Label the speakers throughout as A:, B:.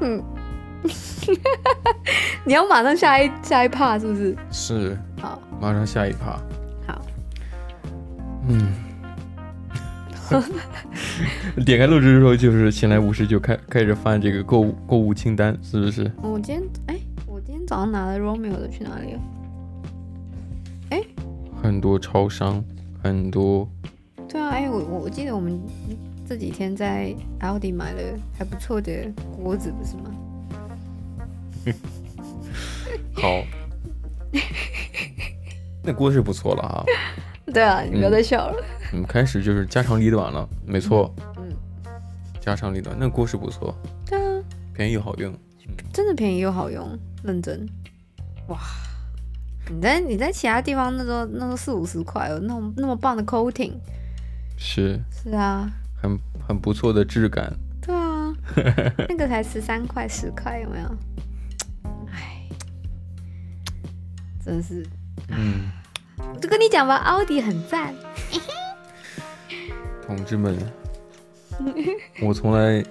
A: 嗯，你要马上下一下一趴是不是？
B: 是，
A: 好，
B: 马上下一趴。
A: 好，
B: 嗯，点开录制之后，就是闲来无事就开开始翻这个购物购物清单，是不是？
A: 我今天哎、我今天早上拿了 Romeo 的去哪里了？
B: 很多超商，很多
A: 对啊，哎、我我我记得我们这几天在 Aldi 买了还不错的锅子，不是吗？
B: 好。那锅是不错了啊，
A: 对啊，你不要
B: 嗯
A: 再笑了。
B: 嗯，开始就是家长里短了，没错，
A: 嗯，
B: 家长里短，那锅是不错，
A: 对啊，
B: 便宜又好用。
A: 真的便宜又好用，认真。哇，你在你在其他地方那时候那时候四五十块，有那种那么棒的 coating。
B: 是
A: 是啊，
B: 很很不错的质感。
A: 对啊，那个才十三块十块有没有？哎，真是，
B: 嗯，
A: 我就跟你讲吧，奥迪很赞。
B: 同志们， 我从来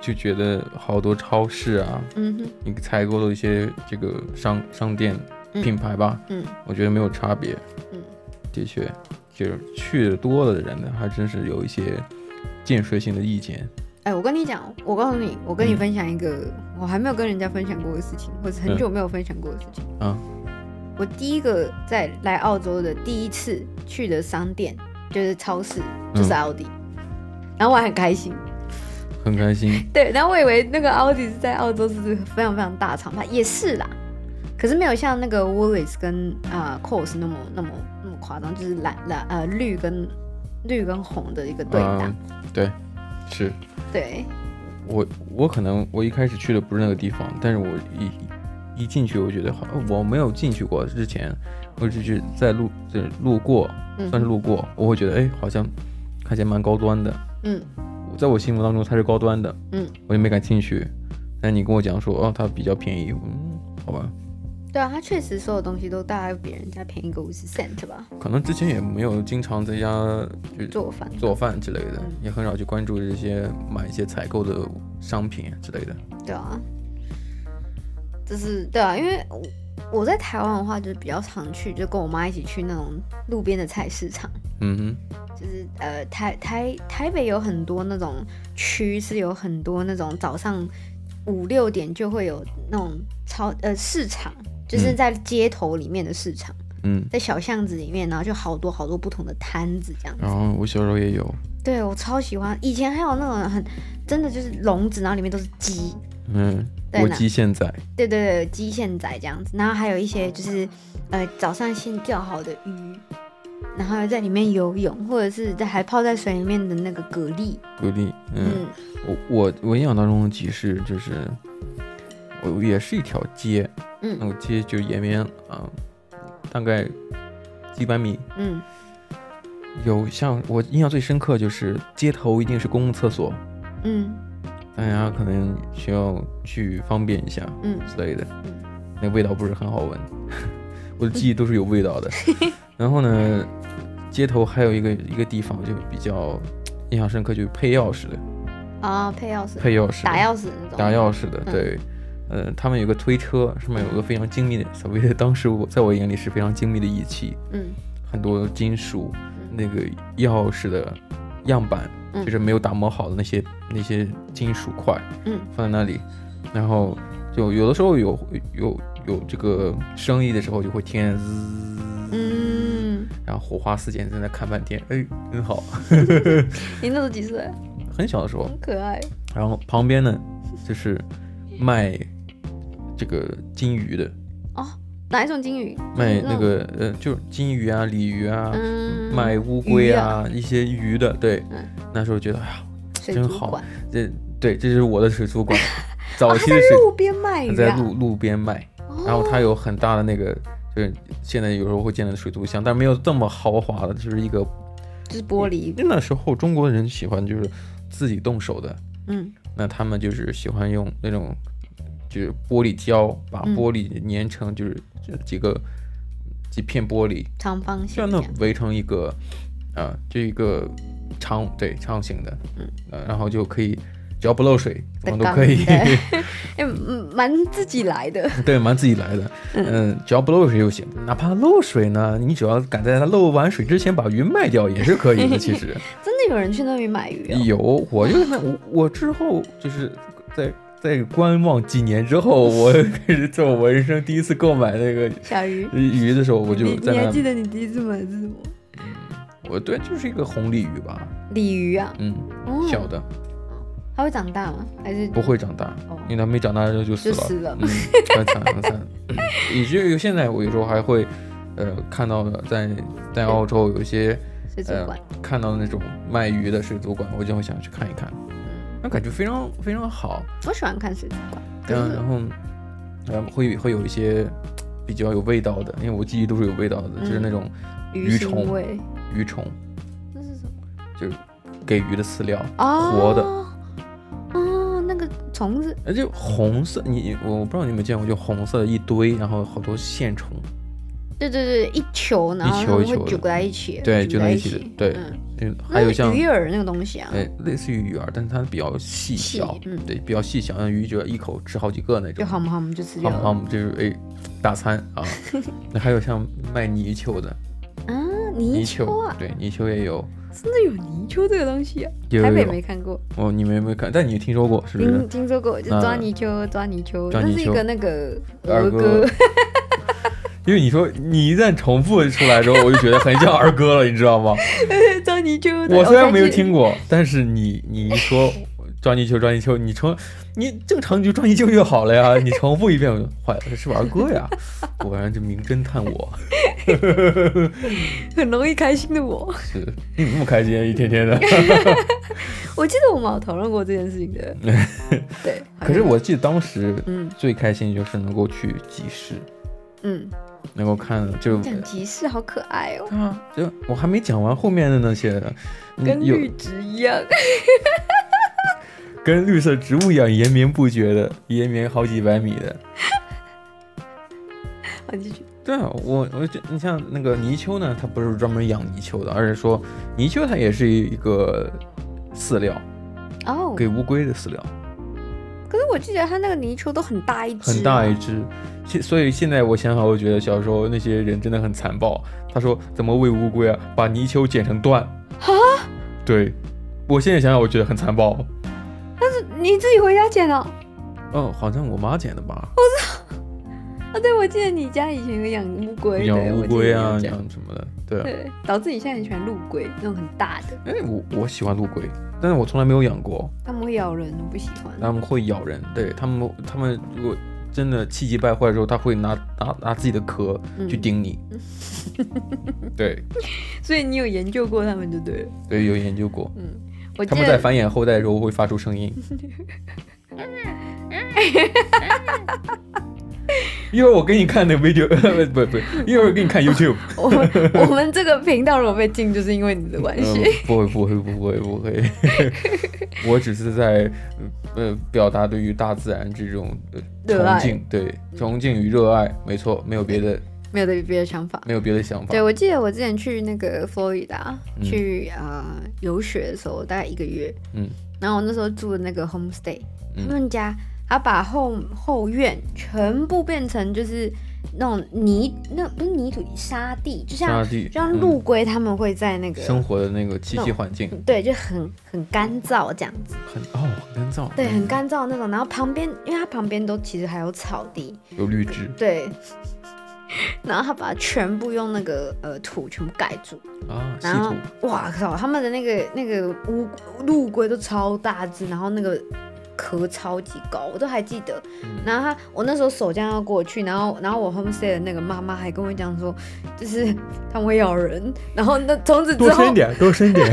B: 就觉得好多超市啊，
A: 嗯哼，
B: 你采购的一些这个商商店
A: 嗯
B: 品牌吧，
A: 嗯
B: 我觉得没有差别。
A: 嗯，
B: 的确，就是去的多了的人呢，还真是有一些建设性的意见。
A: 哎，我跟你讲，我告诉你，我跟你
B: 嗯
A: 分享一个、我还没有跟人家分享过的事情，或者很久没有分享过的事情。
B: 嗯，
A: 我第一个在来澳洲的第一次去的商店就是超市，就是
B: 嗯
A: 奥迪，然后我还很开心。
B: 很开心，
A: 对，然后我以为那个奥迪是在澳洲是非常非常大的厂牌，也是啦，可是没有像那个 Woolies 跟啊、呃 Coles 那么那么那么夸张，就是蓝蓝呃绿跟绿跟红的一 个对打。
B: 嗯，对，是
A: 对，
B: 我我可能我一开始去的不是那个地方，但是我一一进去，我觉得好，哦我没有进去过之前，我只是在路这路过，
A: 嗯
B: 算是路过，我会觉得哎，好像看起来蛮高端的，
A: 嗯
B: 在我心目当中它是高端的，
A: 嗯，
B: 我也没敢进去。但你跟我讲说哦，它比较便宜，嗯，好吧，
A: 对啊，它确实所有东西都大概比人家便宜个五十 cent 吧，
B: 可能之前也没有经常在家就
A: 做饭。
B: 做饭之类的
A: 嗯，
B: 也很少去关注这些买一些采购的商品之类的。
A: 对啊，就是对啊，因为我我在台湾的话，就是比较常去，就跟我妈一起去那种路边的菜市场。
B: 嗯哼，
A: 就是呃台台台北有很多那种区是有很多那种早上五六点就会有那种超呃市场，就是
B: 嗯
A: 在街头里面的市场，
B: 嗯，
A: 在小巷子里面，然后就好多好多不同的摊子这样子。
B: 然后我小时候也有，
A: 对我超喜欢，以前还有那种很真的就是笼子，然后里面都是鸡，
B: 嗯，
A: 对
B: 国
A: 呢
B: 际现在。
A: 对对对，鸡现宰这样子，然后还有一些就是呃早上先钓好的鱼。然后在里面游泳，或者是在还泡在水里面的那个蛤蜊，
B: 规定，嗯，
A: 嗯
B: 我我我印象当中的集市就是，我也是一条街，
A: 嗯
B: 那个街就延绵啊、大概几百米。
A: 嗯，
B: 有像我印象最深刻就是街头一定是公共厕所，
A: 嗯
B: 大家可能需要去方便一下
A: 嗯
B: 之类的
A: 嗯，
B: 那味道不是很好闻， 我的记忆都是有 味道的。然后呢，街头还有一个一个地方就比较印象深刻，就是配钥匙的，
A: 啊，配钥匙，
B: 配钥匙的
A: 打钥匙那种，
B: 打钥匙的，
A: 嗯
B: 对，呃，他们有个推车，上面有个非常精密的，所谓的当时我在我眼里是非常精密的仪器，
A: 嗯，
B: 很多金属
A: 嗯
B: 那个钥匙的样板，
A: 嗯
B: 就是没有打磨好的那些那些金属块
A: 嗯
B: 放在那里，然后就有的时候有有有这个生意的时候就会听见滋，
A: 嗯，
B: 然后火花四溅在那看半天，哎，真好，
A: 你那时候几岁？
B: 很小的时候，
A: 很可爱，
B: 然后旁边呢就是卖这个金鱼的。
A: 哪一种金鱼？就
B: 卖
A: 是
B: 那
A: 种，
B: 个呃，就是金鱼啊、鲤鱼啊，
A: 嗯，
B: 卖乌龟
A: 鱼
B: 啊，一些鱼的。对，
A: 嗯
B: 那时候觉得，哎呀，
A: 水
B: 真
A: 族
B: 好
A: 馆，
B: 这对，这是我的水 族馆，早
A: 哦，他
B: 期
A: 在
B: 的水
A: 路哦边卖鱼啊，
B: 在路路边卖，然后它有很大的那个，就是现在有时候会见到的水族箱，但没有这么豪华的，就是一个
A: 就是玻璃，
B: 那时候中国人喜欢就是自己动手的，
A: 嗯
B: 那他们就是喜欢用那种就是玻璃胶把
A: 嗯
B: 玻璃粘成就是这几个几片玻璃。
A: 长方形
B: 就
A: 这
B: 那
A: 样，
B: 围成一个，呃，这一个长对长形的，
A: 嗯
B: 呃，然后就可以只要不漏水，
A: 的
B: 什么都
A: 缸
B: 可以。
A: 对哎，嗯蛮自己来的，
B: 对，蛮自己来的。嗯，只要不漏水就行。哪怕漏水呢，你只要赶在它漏完水之前把鱼卖掉也是可以的。其实
A: 真 的有人去那里买鱼、哦，
B: 有，我就看我我之后就是在 在观望几年之后，我开始做我人生第一次购买那个
A: 小鱼。
B: 鱼的时候，我就
A: 你
B: 在
A: 你还
B: 那
A: 记得你第一次买的是什么？
B: 我对就是一个红鲤鱼吧，
A: 鲤鱼啊，
B: 嗯，
A: 哦，
B: 小的
A: 它会长大吗？还是
B: 不会长大
A: 哦，
B: 因为它没长大就就死
A: 就
B: 了。
A: 死了？
B: 嗯，很惨很 惨。嗯以至于现在我有时候还会，呃，看到的在在澳洲有一些
A: 水族
B: 呃
A: 馆，
B: 看到那种卖鱼的水族馆，我就会想去看一看，
A: 嗯
B: 那感觉非常非常好。
A: 我喜欢看水族馆，可
B: 嗯，
A: 是
B: 然后呃会会有一些比较有味道的，因为我记忆都是有味道的，
A: 嗯
B: 就是那种鱼
A: 腥
B: 虫
A: 味，
B: 鱼虫
A: 那是什么？
B: 给鱼的饲料，
A: 哦，
B: 活的
A: 哦，那个虫子，
B: 而且哎红色，你我我不知道你有没有见过，就红色的一堆，然后好多线虫，
A: 对对对，一球，然后
B: 球
A: 它们
B: 一球
A: 会
B: 的
A: 卷在一起，
B: 对，
A: 卷
B: 就
A: 在
B: 在
A: 一
B: 一起的，对
A: 嗯，
B: 嗯，还有像
A: 那个鱼饵那个东西啊，
B: 哎，类似于鱼饵，但是它比较细
A: 细
B: 小，
A: 嗯
B: 对，比较细小，像鱼就要一口吃好几个那
A: 就
B: 种。
A: 好嘛好嘛就吃掉
B: 好不
A: 了。
B: 好？就是哎，大餐 啊。那还有像卖泥鳅的，
A: 啊，
B: 泥
A: 泥
B: 鳅
A: 啊，
B: 对，泥鳅也有，
A: 真的有泥鳅这个东西啊？
B: 有
A: 台
B: 有
A: 北
B: 有
A: 没。看过，
B: 哦，你们有没有看？但你听说过是不
A: 听
B: 是？
A: 听说过，就
B: 那
A: 抓泥鳅，抓泥鳅，
B: 抓
A: 那
B: 泥
A: 是一
B: 鳅
A: 个那个
B: 二
A: 儿歌，
B: 因为你说你一旦重复出来之后，我就觉得很像儿歌了，你知道吗？
A: 抓泥鳅的。哦
B: 我虽然没有
A: 才记得
B: 听过，但是你你一说抓泥鳅抓泥鳅，你重你正常你就抓泥鳅就好了呀，你重复一遍我就坏了，这是不是儿歌呀？ 果然这名侦探我。
A: 很容易开心的我，
B: 是，你怎么那么开心，一天天的。
A: 我记得我们有讨论过这件事情 的。对，好像
B: 可是我记得当时
A: 嗯
B: 最开心就是能够去集市，
A: 嗯，
B: 能够看就
A: 讲集市好可爱哦，
B: 啊，就我还没讲完后面的那些呢，嗯
A: 跟
B: 有
A: 绿植一样。
B: 跟绿色植物一样延绵不绝的，延绵好几百米的。
A: 好，继续。
B: 对啊，我我觉你像那个泥鳅呢，它不是专门养泥鳅的，而是说泥鳅它也是一个饲料，
A: 哦，
B: 给乌龟的饲料，
A: 可是我记得它那个泥鳅都很大一只、啊
B: 很大一。只。现所以现在我想想，我觉得小时候那些人真的很残暴。他说怎么喂乌龟啊，把泥鳅剪成段。对，我现在想想，我觉得很残暴。
A: 你自己回家捡的哦？
B: 嗯，好像我妈剪的吧，
A: 啊，对，我记得你家以前有养乌龟，
B: 养
A: 对
B: 乌龟
A: 我
B: 啊，
A: 记得你有讲
B: 养什么的，对啊。
A: 对，导致你现在很喜欢陆龟，那种很大的，
B: 哎，我我喜欢陆龟，但是我从来没有养过。
A: 它们会咬人，我不喜欢。
B: 他们会咬人，对他们，他们如果真的气急败坏的时候，他会拿拿拿自己的壳
A: 嗯
B: 去 顶你。对
A: 所以你有研究过它们就对了。
B: 对，有研究过。
A: 嗯，我
B: 他
A: 记
B: 们在
A: 得
B: 繁衍后代的时候会发出 声音。一会儿我给你看那 video，不 不，一会儿给你看 YouTube。
A: 我我们这个频道如果被禁，就是因为你的关
B: 嗯
A: 系。，
B: 不会不会不会不会， 我只是在呃表达对于大自然这种呃
A: 热爱
B: 崇敬，对崇敬与热爱，没错，没有别的
A: 没有对别的想法。
B: 没有别的想法
A: 对，。我记得我之前去那个佛罗里达去呃游学的时候，大概一个月，
B: 嗯，
A: 然后我那时候住的那个 homestay，
B: 嗯
A: 他们家他把后后院全部变成就是那种泥，那不是泥土沙地，就像
B: 沙地
A: 就像
B: 嗯
A: 陆龟他们会在那个
B: 生活的那个栖
A: 那
B: 息
A: 种
B: 环境
A: 对，就很很干燥这样子，
B: 很哦很干燥，
A: 对，很干燥那种。然后旁边，因为它旁边都其实还有草地，
B: 有绿植
A: 对。 然后他把它全部用那个呃土全部盖住，
B: 啊，稀
A: 然后
B: 土
A: 哇靠，他们的那个那个乌陆龟都超大只，然后那个壳超级高，我都还记得。然后他我那时候手这样要过去，然后然后我 homestay 的那个妈妈还跟我讲说，就是他们会咬人，然后那从此之后，
B: 点，多深点。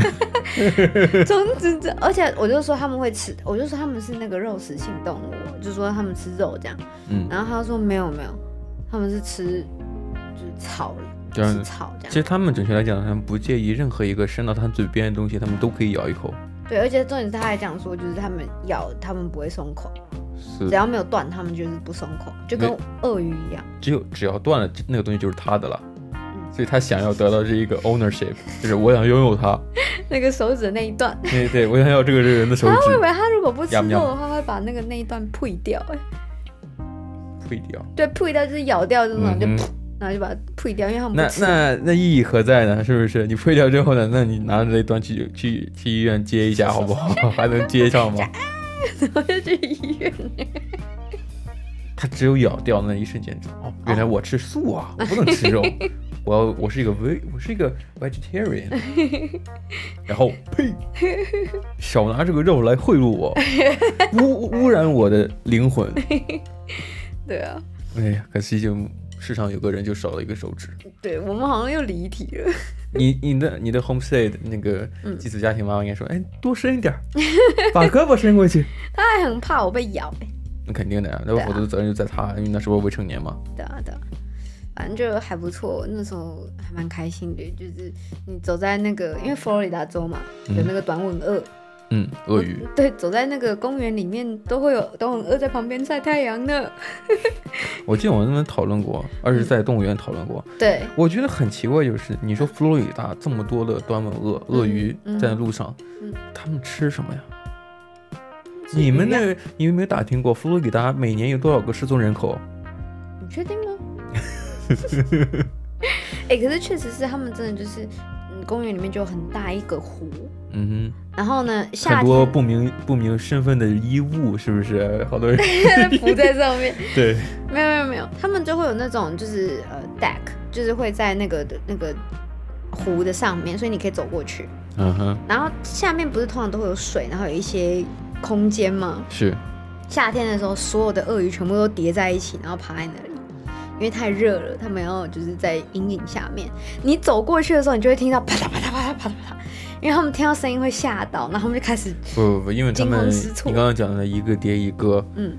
A: 从此之，而且我就说他们会吃，我就说他们是那个肉食性动物，我就说他们吃肉这样。
B: 嗯，
A: 然后他说没有没有，他们是吃就是草，
B: 这样
A: 吃草这
B: 其
A: 样。
B: 实他们准确来讲，他们不介意任何一个伸到他嘴边的东西，他们都可以咬一口。
A: 对，而且重点是他还讲说，就是他们咬他们不会松口。
B: 是
A: 只要没有断，他们就是不松口，就跟
B: 没
A: 鳄鱼一样。
B: 只有只要断了，这
A: 嗯
B: 那个东西就是他的了。所以他想要得到这一个 ownership，就是我想拥有它，
A: 那个手指的那一段。
B: 对对，我想要这个人的手
A: 啊，我以
B: 指
A: 为他如果不吃
B: 呀
A: 肉
B: 喵
A: 的话，会把那个那一段吐掉、哎，
B: 退掉。
A: 对，吐掉就是咬掉这种，就
B: 嗯哼
A: 噗，然后就把它吐掉，因为他们
B: 那
A: 不 吃。
B: 那那意义何在呢？是不是？你退掉之后呢？那你拿着这一段去去去医院接一下，好不好？ 还能接上吗？
A: 我就去医院。
B: 它只有咬掉那一瞬间，哦，原来我吃素 啊，我不能吃肉，我要我是一个 ve 我是一个 vegetarian，然后呸，少拿这个肉来贿赂 我，污污染我的灵魂。
A: 对啊，
B: 哎呀，可惜就世上有个人就少了一个手指。
A: 对我们好像又离题 了。
B: 你你的你的 homestay 的那个
A: 嗯
B: 寄宿家庭妈妈应该说，哎，多伸一点 儿，把胳膊伸过去。
A: 他还很怕我被咬、哎
B: 那肯定的呀，那
A: 对啊
B: 否则责任就在他，因为那时候未成年嘛。
A: 对啊，对啊，反正就还不错，那时候还蛮开心的。就是你走在那个，因为佛罗里达州嘛，有
B: 嗯
A: 那个短吻鳄，
B: 嗯，鳄鱼，
A: 对，走在那个公园里面都会有短吻鳄在旁边晒太阳呢。
B: 我记得我们讨论过，而
A: 嗯
B: 是在动物园讨论过。
A: 对，
B: 我觉得很奇怪，就是你说佛罗里达这么多的短吻鳄、
A: 嗯
B: 鳄鱼
A: 嗯
B: 在路上
A: 嗯，
B: 他们吃什么呀？
A: 吃
B: 你们
A: 鱼啊
B: 那，你有没有打听过佛罗里达每年有多少个失踪人口？
A: 你确定 吗？哎、可是确实是他们真的就是，嗯，公园里面就有很大一个湖，
B: 嗯
A: 然后呢，
B: 哼，
A: 夏
B: 很多
A: 天
B: 不明不明身份的衣物，是不是？好多人
A: 浮在上面，
B: 对，
A: 没有没有没有，他们就会有那种就是呃 deck，就是会在那个那个湖的上面，所以你可以走过去。
B: 嗯哼，
A: 然后下面不是通常都会有水，然后有一些空间吗？
B: 是，
A: 夏天的时候，所有的鳄鱼全部都叠在一起，然后趴在那里，因为太热了，它们要就是在阴影下面。你走过去的时候，你就会听到啪嗒啪嗒啪嗒啪嗒啪嗒，因为他们听到声音会吓到，然后他们就开始
B: 不不不，因为他
A: 惊
B: 们
A: 慌失措
B: 你刚刚讲的一个叠一个，
A: 嗯，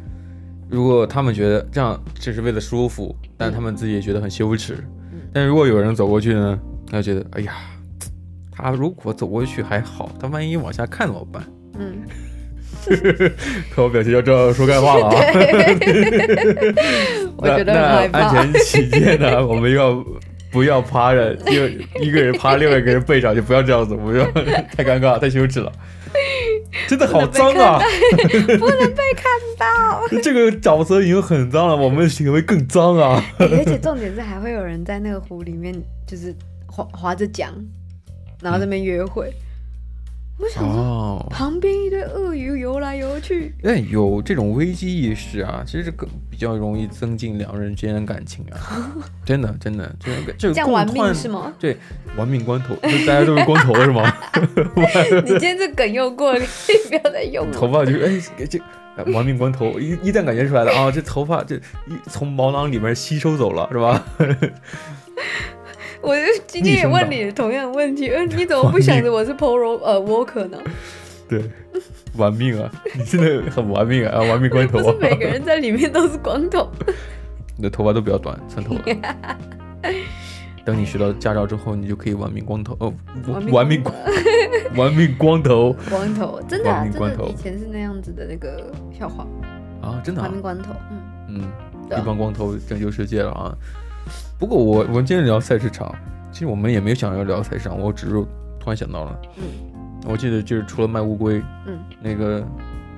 B: 如果他们觉得这样只是为了舒服，但
A: 嗯
B: 他们自己也觉得很羞耻。
A: 嗯
B: 但如果有人走过去呢，他就觉得哎呀，他如果走过去还好，他万一往下看怎么办？
A: 嗯，
B: 看我表情就知道说干话 了啊！
A: 我
B: 那
A: 觉得很害怕。
B: 那安全起见呢， 我们要不要趴着？就一个人趴另外一个人背上，就不要这样子，不要太尴尬，太羞 耻了。真的好脏啊！
A: 不能被看到、
B: 这个沼泽已经很脏了，我们的行为更脏啊！
A: 哎而且重点是还会有人在那个湖里面就是划划着桨，然后在那边约会。我想说，
B: 哦，
A: 旁边一堆鳄鱼游来游去，
B: 那有这种危机意识啊，其实更比较容易增进两人之间的感情啊。 真的，真的，这个这个
A: 这样
B: 共
A: 玩命
B: 患
A: 是吗？
B: 对，玩命关头，就大家都是光头的是吗？
A: 你今天这梗又过了，你可以不要再用
B: 头
A: 了。
B: 发就是哎，这哎亡命关头一一旦感觉出来了啊，这头发这一从毛囊里面吸收走了 是吧？
A: 我就今天也问你同样的问题，呃，你怎么不想着我是 Polo 呃 Walker 呢？
B: 对，玩命啊！你真的很玩命啊！啊玩命关头
A: 不
B: 啊
A: 是！每个人在里面都是光头。
B: 你的头发都比较短，寸头了。等你学到驾照之后，你就可以玩命光头，哦，玩
A: 玩
B: 命
A: 命
B: 光，玩命光头
A: 光头，真的、
B: 亡
A: 啊，
B: 命
A: 真
B: 关
A: 的
B: 头
A: 以前是那样子的那个笑话，
B: 啊！真的、
A: 亡
B: 啊，
A: 命关头，嗯，
B: 嗯，
A: 对
B: 一
A: 啊
B: 帮光头拯救世界了啊！不过我我们今天聊菜市场，其实我们也没有想要聊菜市场，我只是突然想到了，
A: 嗯，
B: 我记得就是除了卖乌龟，
A: 嗯，
B: 那个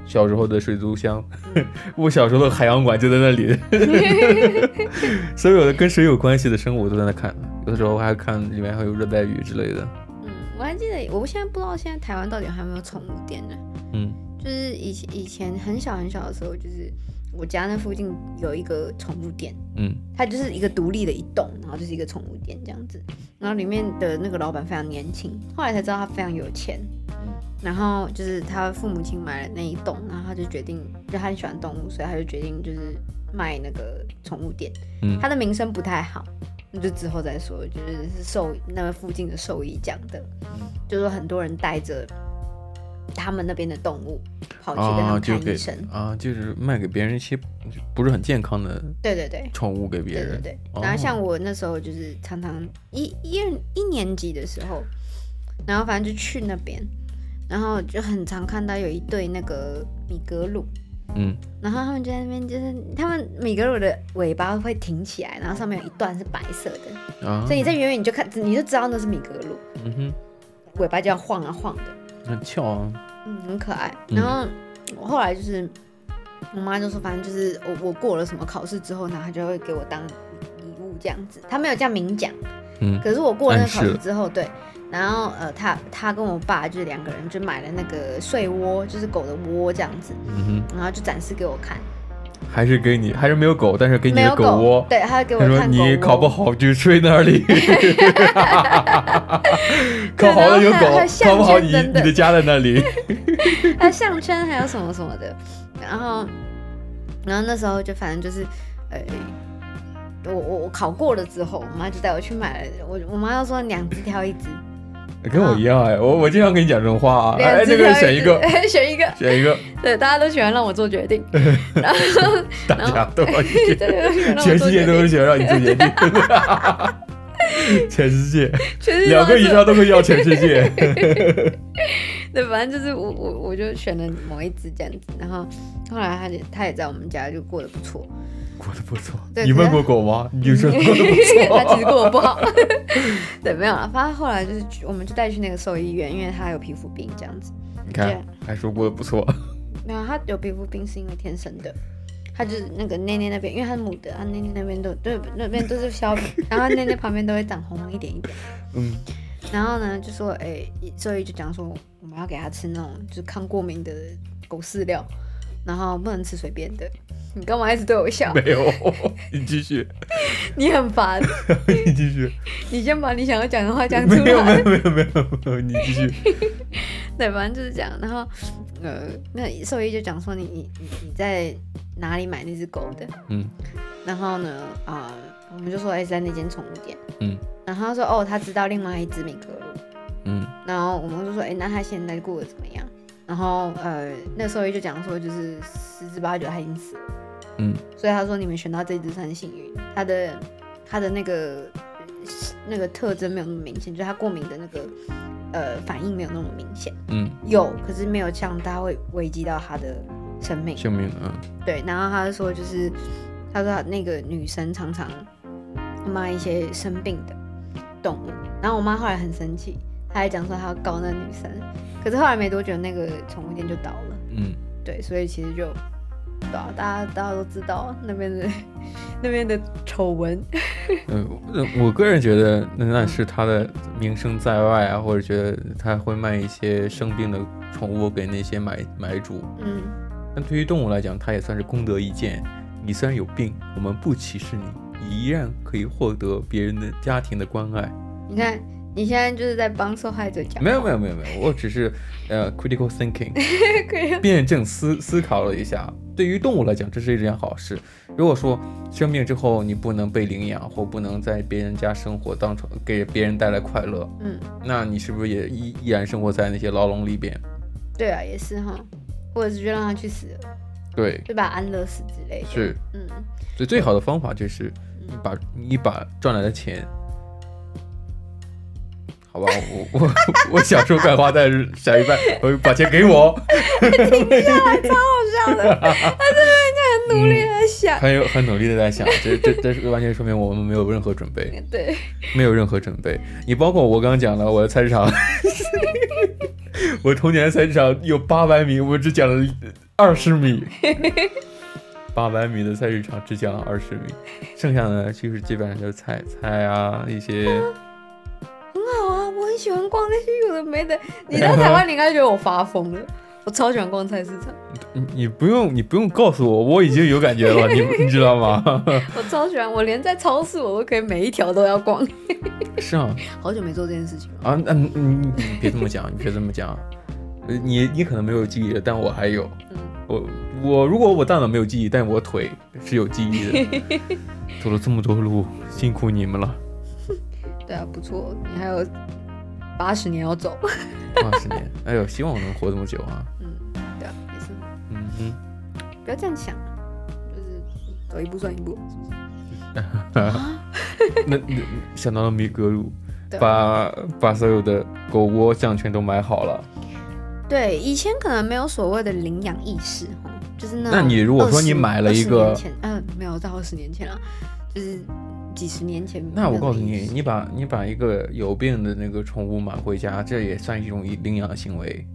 B: 小时候的水族箱， 我小时候的海洋馆就在那里，
A: 嗯
B: 所有的跟水有关系的生物我都在那看，有的时候还看里面还有热带鱼之类的，
A: 嗯，我还记得，我现在不知道现在台湾到底还有没有宠物店呢？
B: 嗯
A: 就是以前以前很小很小的时候，就是我家那附近有一个宠物店，
B: 嗯，
A: 它就是一个独立的一栋，然后就是一个宠物店这样子。然后里面的那个老板非常年轻，后来才知道他非常有钱。
B: 嗯
A: 然后就是他父母亲买了那一栋，然后他就决定，就他很喜欢动物，所以他就决定就是卖那个宠物店。
B: 嗯
A: 他的名声不太好，那就之后再说，就是是受那附近的兽医讲的，就是说很多人带着他们那边的动物跑去跟他
B: 啊
A: 们
B: 就
A: 看
B: 给
A: 医生。
B: 啊就是卖给别人一些不是很健康的
A: 对对对，
B: 宠物给别
A: 对
B: 人
A: 对，对，
B: 哦
A: 然后像我那时候就是常常一一二一年级的时候，然后反正就去那边，然后就很常看到有一对那个米格鲁，
B: 嗯
A: 然后他们就在那边就是他们米格鲁的尾巴会挺起来，然后上面有一段是白色的，
B: 啊，
A: 所以你在远远你就看你就知道那是米格鲁。
B: 嗯哼。
A: 尾巴就要晃啊晃的，
B: 很翘啊，
A: 嗯，很可爱。
B: 嗯
A: 然后我后来就是我妈就说，反正就是我我过了什么考试之后，然后她就会给我当礼物这样子。她没有这样明讲，
B: 嗯
A: 可是我过了那个
B: 暗示
A: 考试
B: 了
A: 之后，对，然后呃，她她跟我爸就是两个人就买了那个睡窝，就是狗的窝这样子，
B: 嗯
A: 然后就展示给我看，
B: 哼，还是给你，还是没有狗，但是给你
A: 没有
B: 的窝。
A: 对，她给我
B: 他说
A: 看狗窝。
B: 你考不好就睡 那里，考好了有
A: 对然后
B: 狗
A: 还还，象
B: 考不好
A: 征
B: 你
A: 等
B: 你
A: 等
B: 的家在 那里。
A: 还有项圈，呃还有什么什么的。然后，然后那时候就反正就是，呃，我我我考过了之后，我妈就带我去买了。我我妈就说两只挑一只，
B: 跟我一样哎，我我经常跟你讲这种话啊，哎
A: 两，
B: 那
A: 只挑
B: 个
A: 一只，哎
B: 选
A: 选一
B: 一个，
A: 个。
B: 选 一个，
A: 对，大家都喜欢让我做决 定，然后
B: 大家都要一
A: 对
B: 起，
A: 大家都喜欢让我
B: 全
A: 做
B: 世
A: 决
B: 界
A: 定，
B: 都是想让你做 决定。全世界
A: 全世界
B: 两
A: 都
B: 个
A: 是
B: 以上都可以要全世界，
A: 对，反正就是我我我就选了某一只这样子。然后后来她也她也在我们家就过得不错，
B: 过得不错。
A: 对
B: 你问
A: 可
B: 过狗吗？你就说过得不错。
A: 他其实过得不 好。对，没有了。反正后来就是去我们就带去那个兽医院，因为他有皮肤病这样子。
B: 你
A: 对
B: 看，还说过得不错。
A: 然后他有皮肤病是因为天生的，他就是那个内内那边，因为他是母的，他内内那边都对那边都是消肿，然后内内旁边都会长红红一点一点。
B: 嗯，
A: 然后呢，就说哎，兽医就讲说我们要给他吃那种就是抗过敏的狗饲料，然后不能吃随便的。你干嘛一直对我笑？
B: 没有，你继续，
A: 你很烦。
B: 你继续。
A: 你先把你想要讲的话讲出
B: 没
A: 来。
B: 有没有没有没有没有，你继续。
A: 对，反正就是这样。然后，呃，那兽医就讲说你你你你在哪里买那只狗的？
B: 嗯
A: 然后呢，啊、我们就说哎、在那间宠物店。
B: 嗯
A: 然后他说哦，他知道另外一只米格鲁。
B: 嗯
A: 然后我们就说哎、那他现在过得怎么样？然后呃，那兽医就讲说就是十之八九他已经死了。
B: 嗯，
A: 所以他说你们选到这只算是幸运，它的它的那个那个特征没有那么明显，就是它过敏的那个呃反应没有那么明显。
B: 嗯，
A: 有，可是没有像大家会危及到他的生命。
B: 救命啊！
A: 对，然后他就说，就是他说他那个女生常常骂一些生病的动物，然后我妈后来很生气，她还讲说她要告那女生，可是后来没多久那个宠物店就倒了。
B: 嗯，
A: 对，所以其实就。对啊，大家大家都知道那边的 那边的丑闻，
B: 呃，我个人觉得那那是他的名声在外啊，或者觉得他会卖一些生病的宠物给那些买买主。
A: 嗯，
B: 但对于动物来讲，它也算是功德一件。你虽然有病，我们不歧视你，你依然可以获得别人的家庭的关爱。
A: 你看你现在就是在帮受害者讲话，
B: 没有没有没有没有，我只是呃 critical thinking，
A: 可以
B: 辩证思思考了一下，对于动物来讲，这是一件好事。如果说生病之后你不能被领养，或不能在别人家生活，当成给别人带来快乐，
A: 嗯，
B: 那你是不是也依依然生活在那些牢笼里边？
A: 对啊，也是哈，或者是就让他去死了，
B: 对，
A: 就把他安乐死之类的，
B: 是。
A: 嗯，
B: 所以最好的方法就是你把你把赚来的钱，好吧，我我我想说怪话，但是想一半，我把钱给我，
A: 好笑的，他这边在很努力在想，
B: 很有很努力的在想，这这这是完全说明我们没有任何准备。
A: 对，
B: 没有任何准备。你包括我刚刚讲了我的菜市场， 我童年的菜市场有八百米，我只讲了二十米。 八百米的菜市场只讲了二十米，剩下的就是基本上就是菜菜啊一些。
A: 很好啊，我很喜欢逛那些有的没的，你在台湾你应该觉得我发疯 了，我超喜欢逛菜市场，
B: 你你不用你不用告诉我，我已经有感觉了，你你知道吗？
A: 我超喜欢，我连在超市我都可以每一条都要逛，
B: 是啊
A: 好久没做这件事情了，
B: 啊，那、你你你别这么讲，你别这么讲。呃你你可能没有记忆了，但我还有。
A: 嗯，
B: 我我如果我大脑没有记忆，但我腿是有记忆的。走了这么多路，辛苦你们了，
A: 对啊，不错，你还有八十年要走，
B: 二十年。哎呦，希望我能活这么久啊！
A: 嗯，对啊，也是，
B: 嗯哼，
A: 不要这样想，啊就是走一步算一步，是不是？
B: 那那想到了米格鲁
A: 啊对，啊
B: 把把所有的狗窝项圈都买好了。
A: 对，以前可能没有所谓的领养意识哈，就是那种20。
B: 那你如果说你买了一个
A: 呃20年前嗯、没有到二十年前了，就是几十年前。
B: 那我告诉你，，你把你把一个有病的那个宠物买回家，这也算一种领养行为。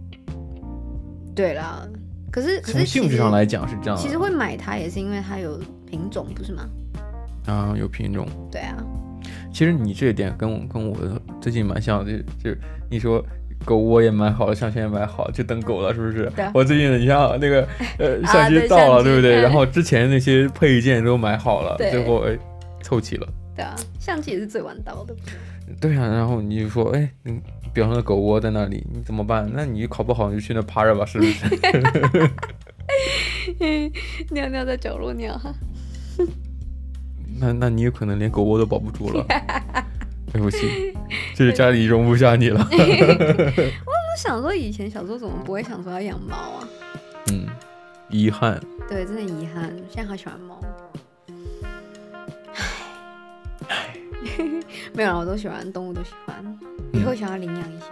A: 对啦，可是可
B: 从
A: 是
B: 性
A: 其
B: 质
A: 实
B: 上来讲是这样的，
A: 其实会买它也是因为它有品种，不是吗？
B: 啊有品种。
A: 对啊，
B: 其实你这一点跟我跟我的最近蛮像的，就就你说狗窝也买好了，项圈也买好了，就等狗了，是不是
A: 对啊？
B: 我最近你像那个 呃
A: 啊
B: 相机
A: 对
B: 到
A: 相
B: 了，
A: 机
B: 对不对？
A: 嗯
B: 然后之前那些配件都买好了，
A: 对
B: 最后哎凑齐了。
A: 对啊，相机也是最晚到的。
B: 对呀、然后你就说，哎，你比方说狗窝在那里，你怎么办？那你考不好你就去那趴着吧，是 不是？
A: 尿尿在角落尿哈，
B: 那那你有可能连狗窝都保不住 了。对不起，这是家里容不 下你了。
A: 我想说以前小时候怎么不会想说要养猫啊？
B: 嗯，遗憾。
A: 对，真的遗憾，现在好喜欢猫。 没有啦，我都喜欢动物，都喜欢。以
B: 嗯
A: 后想要领养一些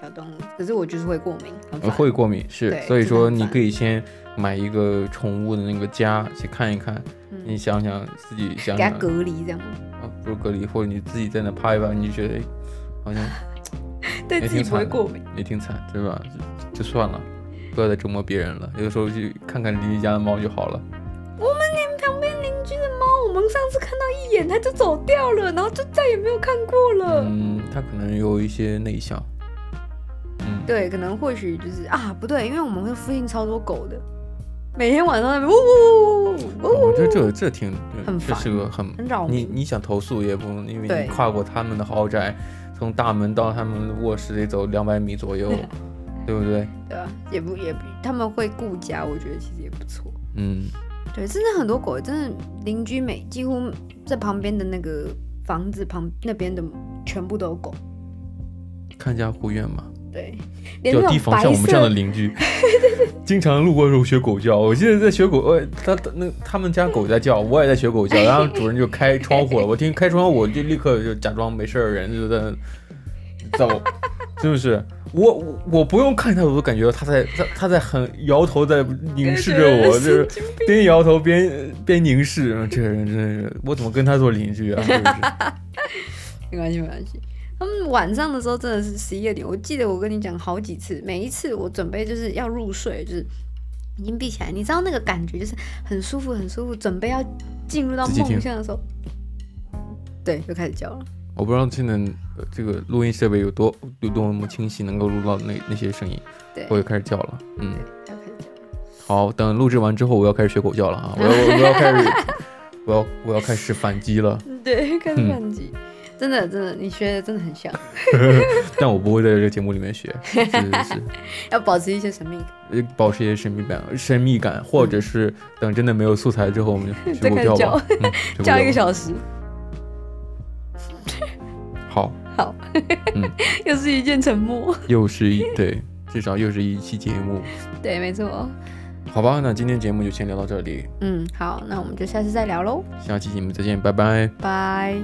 A: 小动物，可是我就是会过敏，很
B: 呃
A: 烦。
B: 会过敏是
A: 对，
B: 所以
A: 真的
B: 说
A: 很
B: 你
A: 烦
B: 可以先买一个宠物的那个家去看一看，
A: 嗯
B: 你想想自 己想
A: 给它
B: 想，
A: 隔离这样，
B: 啊不是隔离，或者你自己在那趴一趴，你就觉得哎好 像
A: 对
B: 也
A: 自己
B: 挺
A: 不会
B: 惨的
A: 过敏。，
B: 也挺惨，对吧？就就算了，不要再折磨别人了。有的时候去看看邻居家的猫就好了。
A: 我们连哎旁边邻居的猫，我们上次看到一眼，它就走掉了，然后就再也没有看过了。
B: 嗯，它可能有一些内向。嗯，
A: 对，可能或许就是啊，不对，因为我们附近超多狗的，每天晚上在那边呜呜呜呜呜
B: 我
A: 呜，
B: 觉得这这挺，
A: 哦很
B: 这是
A: 烦
B: 个很
A: 很扰
B: 你
A: 民。
B: 你想投诉也不能，因为
A: 对
B: 你跨过他们的豪宅，从大门到他们的卧室得走两百米左右，对不对？
A: 对啊，也不也不，他们会顾家，我觉得其实也不错。
B: 嗯，
A: 对，真的很多狗，真的邻居每几乎在旁边的那个房子旁那边的全部都有狗，
B: 看家护院嘛，
A: 对，连
B: 要
A: 那
B: 提
A: 种
B: 防
A: 白
B: 像我们这样的
A: 色
B: 邻居。 经常路过的时候学狗叫，我记得在学狗，呃，他他那他们家狗在叫，我也在学狗叫，然后主人就开窗户了，我听开窗户我就立刻就假装没事儿，人就在那走，是不是？我我我不用看他，我都感觉到他在他他在很摇头，在凝视着我， 就是边摇头边边凝视，嗯这个人真的是，我怎么跟他做邻居 啊？是不是？
A: 没关系，没关系。他们晚上的时候真的是十一二点，我记得我跟你讲好几次，每一次我准备就是要入睡，就是已经闭起来，你知道那个感觉就是很舒服，很舒服，准备要进入到
B: 自己听
A: 梦乡的时候，对，就开始叫了。
B: 我不知道现在呃这个录音设备有多有多么清晰，能够录到那那些声音，
A: 对
B: 我就开始叫了。嗯，
A: 要开始叫了
B: 好，等录制完之后，我要开始学狗叫了 啊！我要我要开始，我要我要开始反击了，
A: 嗯 对，开始
B: 嗯
A: 反击，真的真的，你学的真的很像，
B: 但我不会在这个节目里面学， 是是
A: 要保持一些神秘感。
B: 是，呃保持一些神秘感，神秘感，或
A: 嗯
B: 者是等真的没有素材之后，我们就学狗叫吧，嗯 学狗
A: 叫一个
B: 吧
A: 小时，
B: 好，
A: 好，
B: 嗯
A: 又是一阵沉默。
B: 又是一对，至少又是一期节目，
A: 对，没错。哦
B: 好吧，那今天节目就先聊到这里，
A: 嗯，好，那我们就下次再聊喽，
B: 下期节目再见，拜拜。
A: 拜。